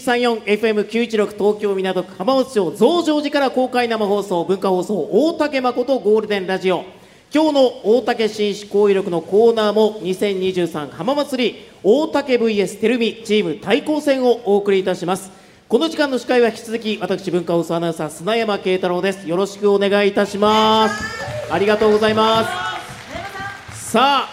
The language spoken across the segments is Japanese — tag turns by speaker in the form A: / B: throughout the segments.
A: AM1134FM916 東京港区浜松町増上寺から公開生放送文化放送大竹誠ゴールデンラジオ今日の大竹紳士交威力のコーナーも2023浜祭り大竹 VS テルミチーム対抗戦をお送りいたしますこの時間の司会は引き続き私文化放送アナウンサー砂山慶太郎ですよろしくお願いいたしますありがとうございますさあ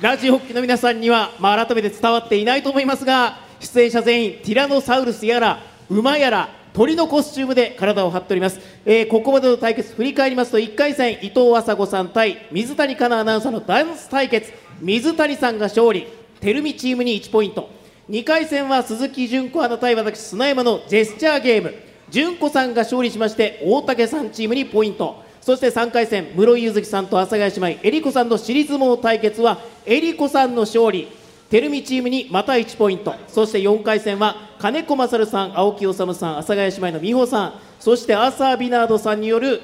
A: ラジオ機の皆さんには、まあ、改めて伝わっていないと思いますが出演者全員ティラノサウルスやら馬やら鳥のコスチュームで体を張っております、えーここまでの対決振り返りますと1回戦伊藤麻子さん対水谷香奈アナウンサーのダンス対決水谷さんが勝利テルミチームに1ポイント2回戦は鈴木純子アナ対私砂山のジェスチャーゲーム純子さんが勝利しまして大竹さんチームにポイントそして3回戦室井ゆずきさんと阿佐ヶ谷姉妹えりこさんの尻相撲対決はえりこさんの勝利てるみチームにまた1ポイントそして4回戦は金子勝さん青木治さん阿佐ヶ谷姉妹の美穂さんそしてアーサー・ビナードさんによる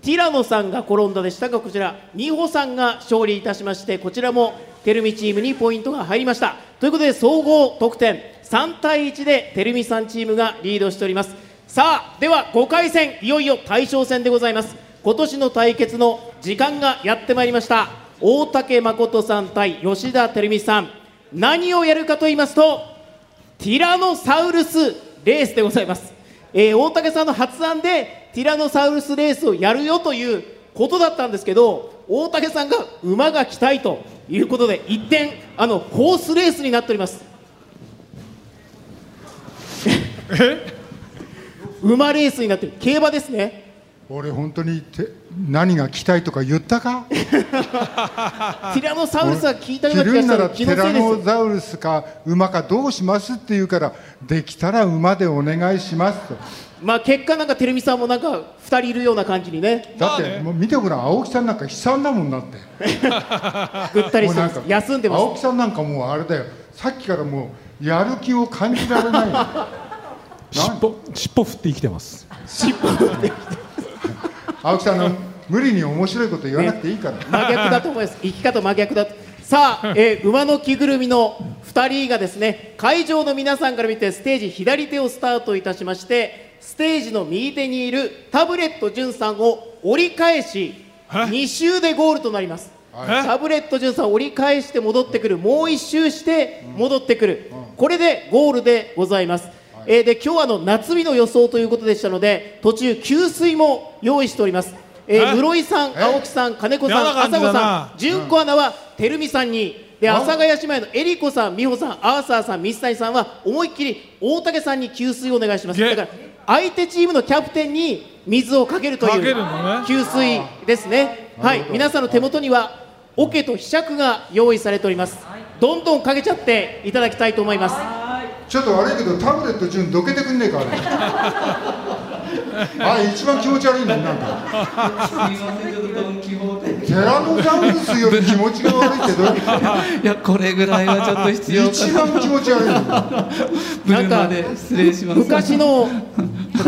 A: ティラノさんが転んだでしたがこちら美穂さんが勝利いたしましてこちらもテルミチームにポイントが入りましたということで総合得点3対1でテルミさんチームがリードしておりますさあでは5回戦いよいよ大将戦でございます今年の対決の時間がやってまいりました大竹誠さん対吉田照美さん何をやるかと言いますとティラノサウルスレースでございます、えー大竹さんの発案でティラノサウルスレースをやるよということだったんですけど大竹さんが馬が来たいということで一転あのホースレースになっております馬レースになってる競馬ですね
B: 俺本当にて何が来たいとか言ったか
A: ティラノサウルスは聞いたような
B: 着
A: 気が
B: るん
A: し
B: な
A: た
B: ら
A: ら
B: テ
A: 気のせい
B: ィラ
A: で
B: ノ
A: す
B: ザウルスか馬かどうしますって言うからできたら馬でお願いしますと
A: まあ結果なんかてるみさんもなんか二人いるような感じにね
B: だっ
C: まあ
B: て
C: ね
B: もう見てごらん青木さんなんか悲惨だもんだって
A: ぐったり
B: も
A: して
B: うな
A: ま
B: ん
A: す
B: か
A: 休んでます
B: 青木さんなんかもうあれだよさっきからもうやる気を感じられない
C: 尻尾尻尾振って生きてます
B: 青木さんの無理に面白いこと言わなくていいから、
A: 真逆だと思います生き方真逆だとさ あ、えー馬の着ぐるみの2人がですね会場の皆さんから見てステージ左手をスタートいたしましてステージの右手にいるタブレット潤さんを折り返し2周でゴールとなります
C: はい
A: タブレット潤さん折り返して戻ってくるもう1周して戻ってくる、これでゴールでございます、えーで今日はあの夏日の予想ということでしたので途中給水も用意しております、えー
C: え
A: 室井さん、
B: え
A: 青木さん、金子さ、
C: 嫌なん感
A: 朝
C: じ
A: 子
C: だ
A: さ、
C: なん
A: 純子アナはてるみさんに、で、
B: あ
A: 阿佐ヶ谷姉妹のえりこさん、美穂さん、アーサーさん、水谷さんは、思いっきり大竹さんに給水をお願いします。
C: げ
A: だから、相手チームのキャプテンに水をかけると
C: かけ
A: い
C: る
A: う
C: のね
A: 給水ですね。はい、皆さんの手元には、桶とひしゃくが用意されております。どんどんかけちゃっていただきたいと思います。
B: ちょっと悪いけどタブレット順どけてくんねえかあれあれ一番気持ち悪いんだよなんか
D: すみません、ちょっとドン・キホー
B: テラノザウルスより気持ちが悪いってどういう
D: テ。 いや、これぐらいはちょっと必要
B: 一
D: か
B: 番気持ち悪いんだよ
D: ブルマで失礼します。
A: 昔の、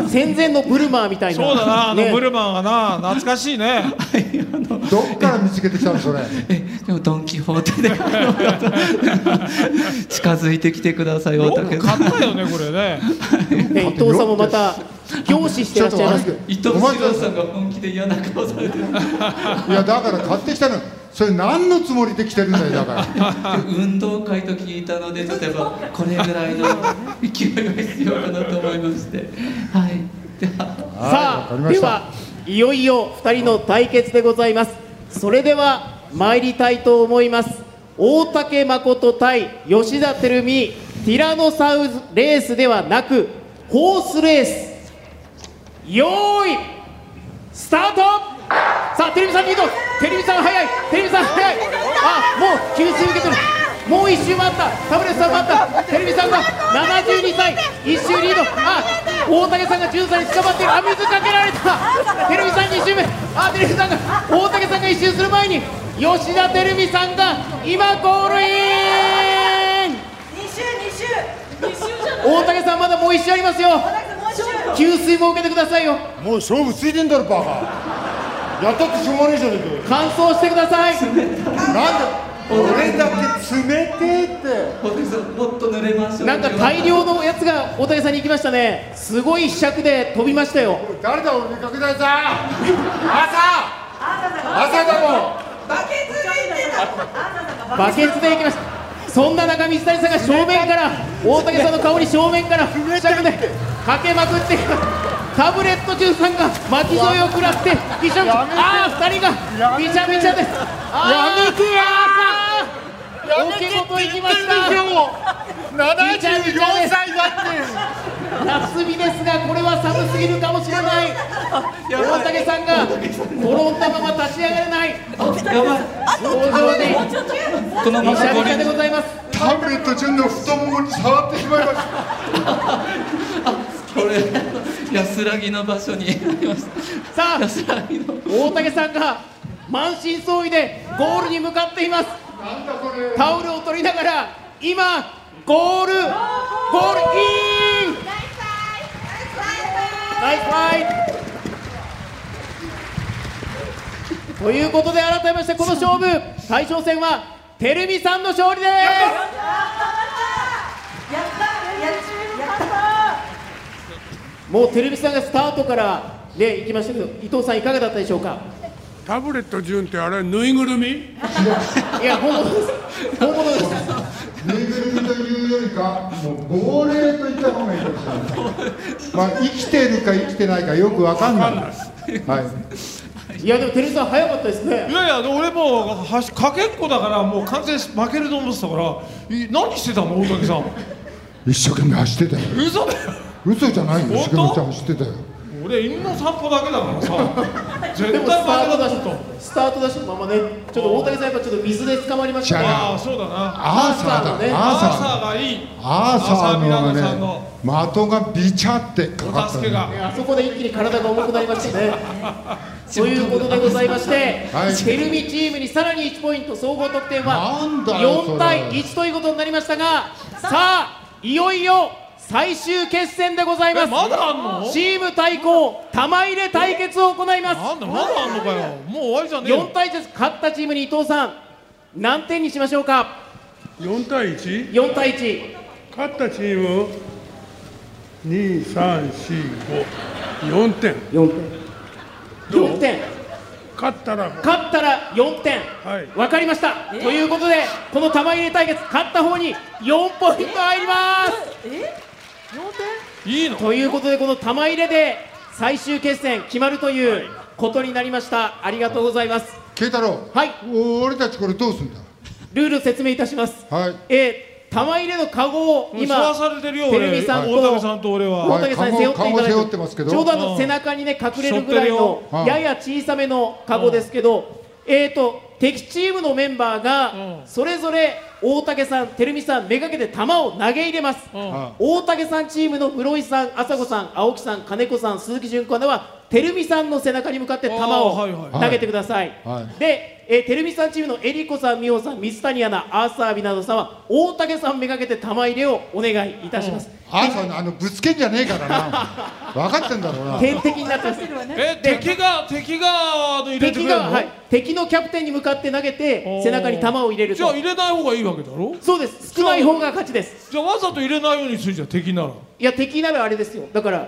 A: 戦前のブルマーみたいな。
C: そうだなあの
A: ね
C: ブルマンがな懐かしいね
D: はい、あの、
B: どっから見つけてきたのそれ
D: え、でもドン・キホーテで、 近づいてきてください、
C: よ
D: 大
C: く
D: 竹
C: 買
D: さん。
C: ったよねこれね
A: ね伊藤さんもまた、凝視して
B: ちょ
A: ら
B: っ
A: っ
B: と
A: しゃいま
B: 悪
A: す
B: いけ。ど
D: 伊藤
B: お前
D: 四郎さんが本気で嫌な顔されてる。
B: いやだから買ってきたのそれ何のつもりで来てるんだよだから
D: 運動会と聞いたので、例えば、これぐらいの勢いが必要かなと思いまして。はい。では
A: さあ
B: わかりま
A: で
B: した
A: はいよいよ2人の対決でございますそれでは参りたいと思います大竹誠対吉田照美ティラノサウルスレースではなくホースレースよーいスタートさあテレビさんリードテレビさん早いテレビさん早いあもう給水受け取るもう一周回ったタブレットさん回ったテレビさんが72歳一周リードあ大竹さんが13歳に捕まってるあ水かけられたテレビさん2周目あテレビさんが大竹さんが一周する前に吉田テレビさんが今ゴールイン
E: 二週二週二週じゃな
A: 大
E: い
A: 竹さんまだもう一周ありますよ
E: もう一
A: 給
E: 週
A: 水も受けてくださいよ
B: もう勝負ついてんだろバカやったってしょうがねえじゃねえかよ
A: 完走してください
B: なんで俺だけ冷てえって
D: 大竹さんもっと濡れましょう
A: なんか大量のやつが大竹さんに行きましたねすごい尺で飛びましたよ
B: おい誰だお見かけださ朝朝だもん
E: バケツで言ってたあんたさんがバ
A: バケツで行きましたそんな中水谷さんが正面から大竹さんの顔に正面から尺でかけまくってタブレット中さんが巻き添えを食らってびしゃびしゃああ二人がびしゃびしゃですあー
B: やめてよ
A: おけごと行きました
B: 74歳だっ
A: 夏日ですがこれは寒すぎるかもしれない大竹さんが転んだまま立ち上がれない
D: あやばい
A: 表情でびし
D: このまま
A: ゃ
D: 五
A: びしゃで
D: 輪
A: ございます
B: てタブレット順の太ももに触ってしまいました
D: これ安らぎの場所になりました
A: さあ
D: 安らぎの
A: 大竹さんが満身創痍でゴールに向かっていますタオルを取りながら今ゴールゴールインナイスファイトということで改めましてこの勝負大将戦はてるみさんの勝利です
E: やったやった
A: もうてるみさんがスタートからね行きましたけど伊藤さんいかがだったでしょうか
F: タブレット順ってあれぬいぐるみ
A: いや本物です本物です
B: ぬいぐるみというよりか、もう亡霊と言った方がいいかもしれない。 まあ、生きてるか生きてないかよくわかんない。はい。
A: いやでもてるみさん早かったですね
C: いやいや俺もうはしかけっこだからもう完全に負けると思ってたからい何してたの大竹さん
B: 一生懸命走ってたよ。
C: 嘘だよ
B: 嘘じゃないよ。一生
C: 本当
B: 懸命走ってたよ。
C: 俺犬の散歩だけだからさ絶
A: で
C: 対
A: も
C: 負け
A: スタートダ
C: だと思った
A: ッシュ、スタートダッシュのままね、ちょっと大竹さん、やっぱちょっと水で捕まりました
B: じ
A: ね。
B: ゃ
C: ああそうだな
B: アーサーだ。
C: ア
B: ア
C: ー
B: ー
C: サ
B: サー。
C: ーがいい
B: アーサーの
C: アーサーミラノさん
B: ね、的がビチャってかか
C: お
B: っ
C: 助け
B: た、
C: が
B: ね。
A: あそこで一気に体が重くなりましたね。ということでございまして、
B: はい
A: てるみチームにさらに1ポイント、総合得点は
B: なんだよそ
A: 4
B: れ
A: 対1ということになりましたが、さあ、いよいよ最終決戦でございます。
C: えまだあんの
A: チーム対抗、玉入れ対決を行います。
C: なんだまだあんのかよもう終わりじゃねえ
A: 4
C: よ
A: 対1です、勝ったチームに伊藤さん、何点にしましょうか、
F: 4対 1?
A: 4対1。
F: 勝ったチーム23454点
A: 4点4点
F: 勝ったら
A: 勝ったら4点、
F: はい
A: 分かりました、ということでこの玉入れ対決勝った方に4ポイント入ります
C: いいの
A: ということでこの玉入れで最終決戦決まるということになりましたありがとうございます
B: 慶太郎。
A: はい
B: お俺たちこれどうすんだ。
A: ルール説明いたします、
B: はい。
A: えー玉入れのカゴを
C: 今
A: 今
C: わされてるよ
A: テレ
C: 俺
A: ビさんと
C: 大竹さんと俺は
A: 大竹さんに背負っていただい
B: は
A: て
B: いカゴカゴ背負ってますけど
A: ちょうどあの背中にね隠れるぐらいの
B: うん
A: やや小さめのカゴですけど、えーと敵チームのメンバー
C: う
A: が
C: ん
A: それぞれ大竹さん、てるみさんめがけて球を投げ入れます。
C: うん
A: 大竹さんチームの室井さん、朝子さん、青木さん、金子さん、鈴木純子アナは、てるみさんの背中に向かって球
C: あーはい
A: を
C: はい
A: 投げてください。
B: はい
A: で、えー、てるみさんチームのえりこさん、みほさん、水谷アナ、アーサービなどさんは、大竹さんめがけて球入れをお願いいたします。
B: アーサーのあのぶつけんじゃねえから な。分かってんだろうな。
A: 天敵になってます。
C: え敵が敵があの入れてく
A: 敵
C: れる
A: が、
C: の、
A: はい、敵のキャプテンに向かって投げて、背中に球を入れる
C: じゃあ
A: と
C: 入。れない方がいいわけだろ
A: そうです。少ない方が勝ちです。
C: じゃあわざと入れないようにするじゃん敵なら
A: いや、敵ならあれですよ。だから。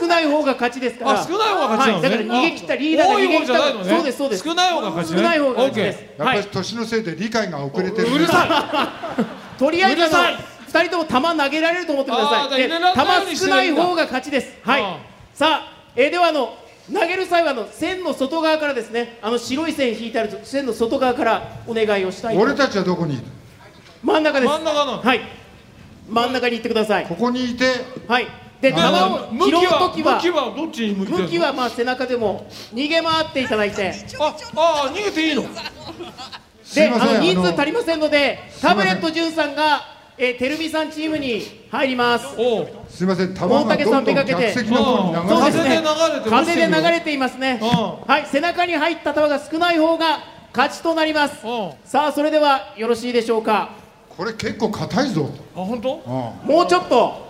A: 少ない方が勝ちですから。
C: あ少ない方が勝ちなのね、
A: はいだから逃げ切ったリーダーが逃げ
C: 多い方
A: 切っ
C: じゃない
A: た。
C: のね
A: そうですそうです。
C: 少ない方が勝ちね
A: 少ない方が勝ちで
C: オッケ
A: す。
B: やっぱ
A: は
B: り
A: い。
B: 年のせいで理解が遅れてる、
C: ーうるさい
A: とりあえず
C: うるさい
A: 二人とも球投げられると思ってくだ
C: あー
A: さ
C: だか
A: い。
C: ら入れられないよ
A: で
C: うに
A: 球
C: し
A: 少
C: て
A: な
C: る
A: い
C: んだ
A: 方が勝ちです。はい
C: あ。
A: さあ、えーではあの投げる際はあの線の外側からですね。あの白い線引いてある線の外側からお願いをしたいと。
B: 俺たちはどこにいる
A: 真ん中です。
C: 真ん中なの
A: はい。真ん中に行ってください
B: こ。こにいて
A: はい。で、球を
C: で向
A: 拾
C: き
A: う
C: は
A: ときは
C: 向き、はどっちに向いてる
A: 向きはまあ背中でも逃げ回っていただいて、
C: ああー逃げていいの
B: す
A: で、
B: い
A: あ
B: ません
A: の人数
B: あの
A: 足りませんので、
B: すい
A: タ
B: ません
A: ブレット潤さんが、えー、てるみさんチームに入ります。
C: おう
B: すいません球が
A: 大竹さ
B: ど
A: ん
B: ん
A: め
B: ど
A: が
B: ん
A: けて
B: 客席の方に流れて
A: そう
B: る
A: ですね
C: 風で流れて落ちてる
A: 風
C: よ
A: で流れていますね。
C: う
A: はい、背中に入った球が少ない方が勝ちとなります。
C: うんあ
A: さあ、それではよろしいでしょうか。
B: これ結構硬いぞ
C: 本当
B: うん
A: もうちょっと、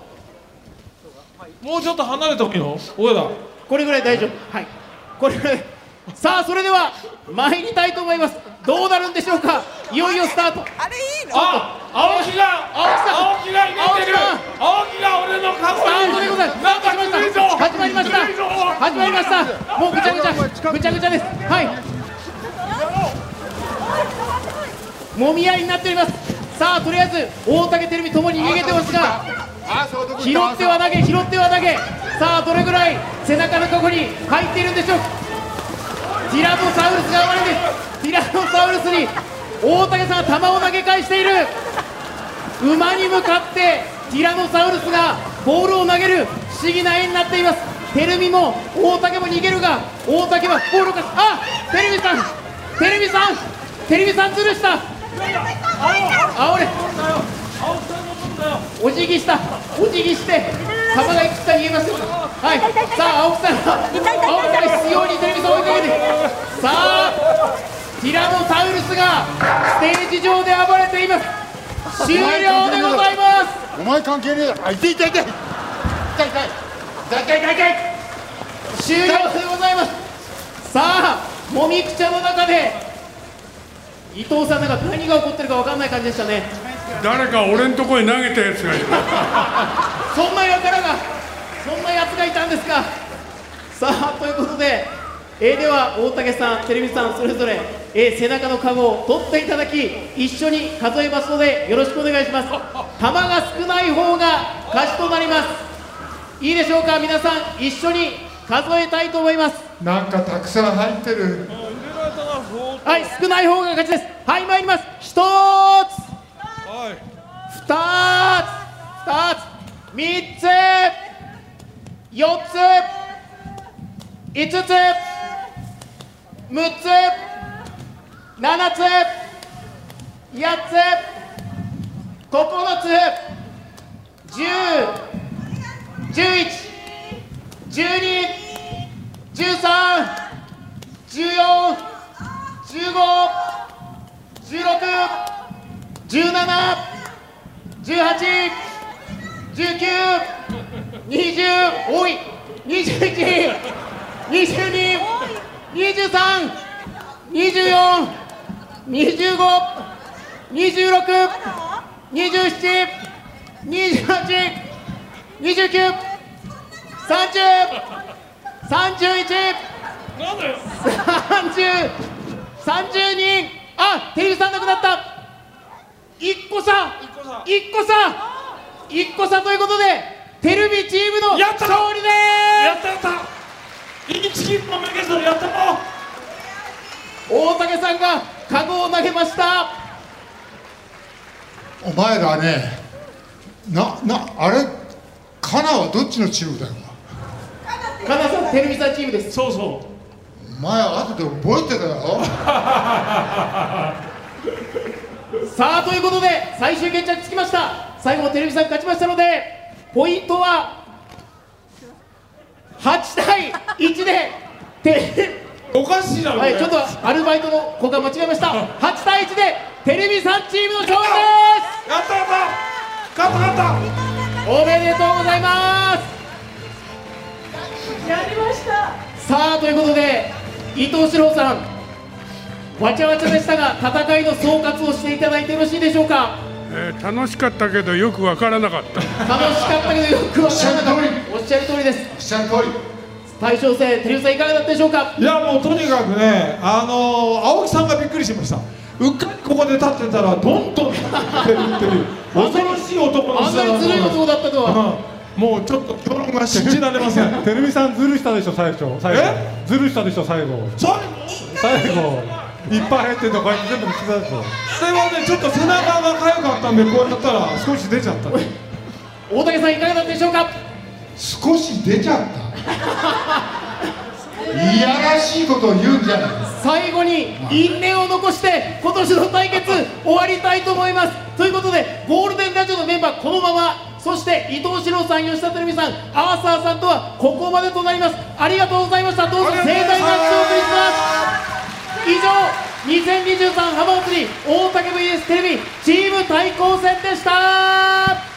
C: もうちょっと離れてもいいの俺ら
A: これぐらい大丈夫。はい。これぐらい。さあそれでは参りたいと思いますどうなるんでしょうかいよいよスタート
G: あれいいの
C: あ、青木が、青木が入れてる。青木が俺の
A: さあ、ということで、始まりました。始まりました。始まりま
C: 過去
A: した。もうぐちゃぐちゃ、ぐちゃぐちゃです。はい。もみ合いになっております。さあ、とりあえず、大竹照美ともに逃げてますが。拾っては投げ、拾っては投げ。さあ、どれぐらい背中のとこに入っているんでしょうか。ティラノサウルスが生まれて、ティラノサウルスに。大竹さん、球を投げ返している。馬に向かってティラノサウルスがボールを投げる不思議な絵になっていますテルミも大竹も逃げるが大竹はボールをかあテルミさんテルミさんテルミさんずるしたあおれお辞儀したお辞儀して球がいくつか逃げますよはいさあ青木さん青木さん必要にテレビさん追いかけてさあティラノサウルスがステージ上で暴れています終了でございます
B: お前関係ねえだろあ痛い痛い痛い痛い痛い痛い痛い痛い痛い
A: 終了でございますさあもみくちゃの中で伊藤さんなんか何が起こってるか分かんない感じでしたね
F: 誰か俺んとこに投げたやつがいる
A: そんなやからがそんなやつがいたんですかさあということで、えーでは大竹さん、テレビさんそれぞれ、えー背中のカゴを取っていただき一緒に数えますのでよろしくお願いします玉が少ない方が勝ちとなりますいいでしょうか皆さん一緒に数えたいと思います
B: なんかたくさん入ってる
A: はい、少ない方が勝ちです。はい、参ります。一つ、
C: はい。
A: 二つ、二つ、三つ、四つ、五つ、六つ、七つ、八つ、九つ、十、十一、十二、十三、十四、十五、十六、十七、十八、十九、二十、多い、二十一、二十二、二十三、二十四、二十五、二十六、二十七、二十八、二十九、三十、三十一。
C: なんだよ。
A: 30 30人あテレビさんなくなった1個差
C: 一個差
A: 1個差1個差ということでテレビチームの
C: やった
A: 勝利で
C: やったやった。インチキンのメガソンやったもん。
A: す大竹さんがカゴを投げました
B: お前らねななあれカナはどっちのチームだよ
A: かなさんテレビさんチームです
C: そうそう。
B: お前後で覚えてた よ
A: さあということで最終決着つきました最後テレビさん勝ちましたのでポイントは8対1でテレビ
C: おかしいだろ。
A: はい、ちょっ
C: と。
A: とアルバイトの子が間違えました。8対1でテレビさんチームの勝利
C: やったやった。勝った勝っ
A: です。おめでとうございます。
E: やりました
A: さあということで伊藤四郎さん、わちゃわちゃでしたが戦いの総括をしていただいてよろしいでしょうか。
F: えー楽しかったけどよくわからなかった
A: 楽しかったけどよくわからなか
B: お
A: った。お
B: っしゃる
A: っしゃる通りです。
B: 記者の通り
A: 大将戦テレビさんいかがだったでしょうか。
C: た。いやもうとにかくね、あのー、青木さんがびっくりしました。うっかりここで立ってたらどんどん立ってるっていう恐ろしい男の
A: あんなにずるい男だったとは。
C: うんもうちょっと評論が信じられません
H: テレビさんずるしたでしょ最初最後
C: え
H: ずるしたでしょ最後
C: それ
H: 最後いっぱい入ってんのこうやって全部見せたでしょ
C: それはねちょっと背中が痒かったんでこうやったら少し出ちゃった
A: 大竹さんいかがだったでしょうか。
B: 少し出ちゃったいやらしいことを言うんじゃない
A: 最後に因縁を残して今年の対決終わりたいと思いますということでゴールデンラジオのメンバーこのままそして伊藤四郎さん吉田照美さんアーサーさんとはここまでとなりますありがとうございましたどうぞ盛大な拍手をお送りします以上2023浜祭り大竹 VS テレビチーム対抗戦でした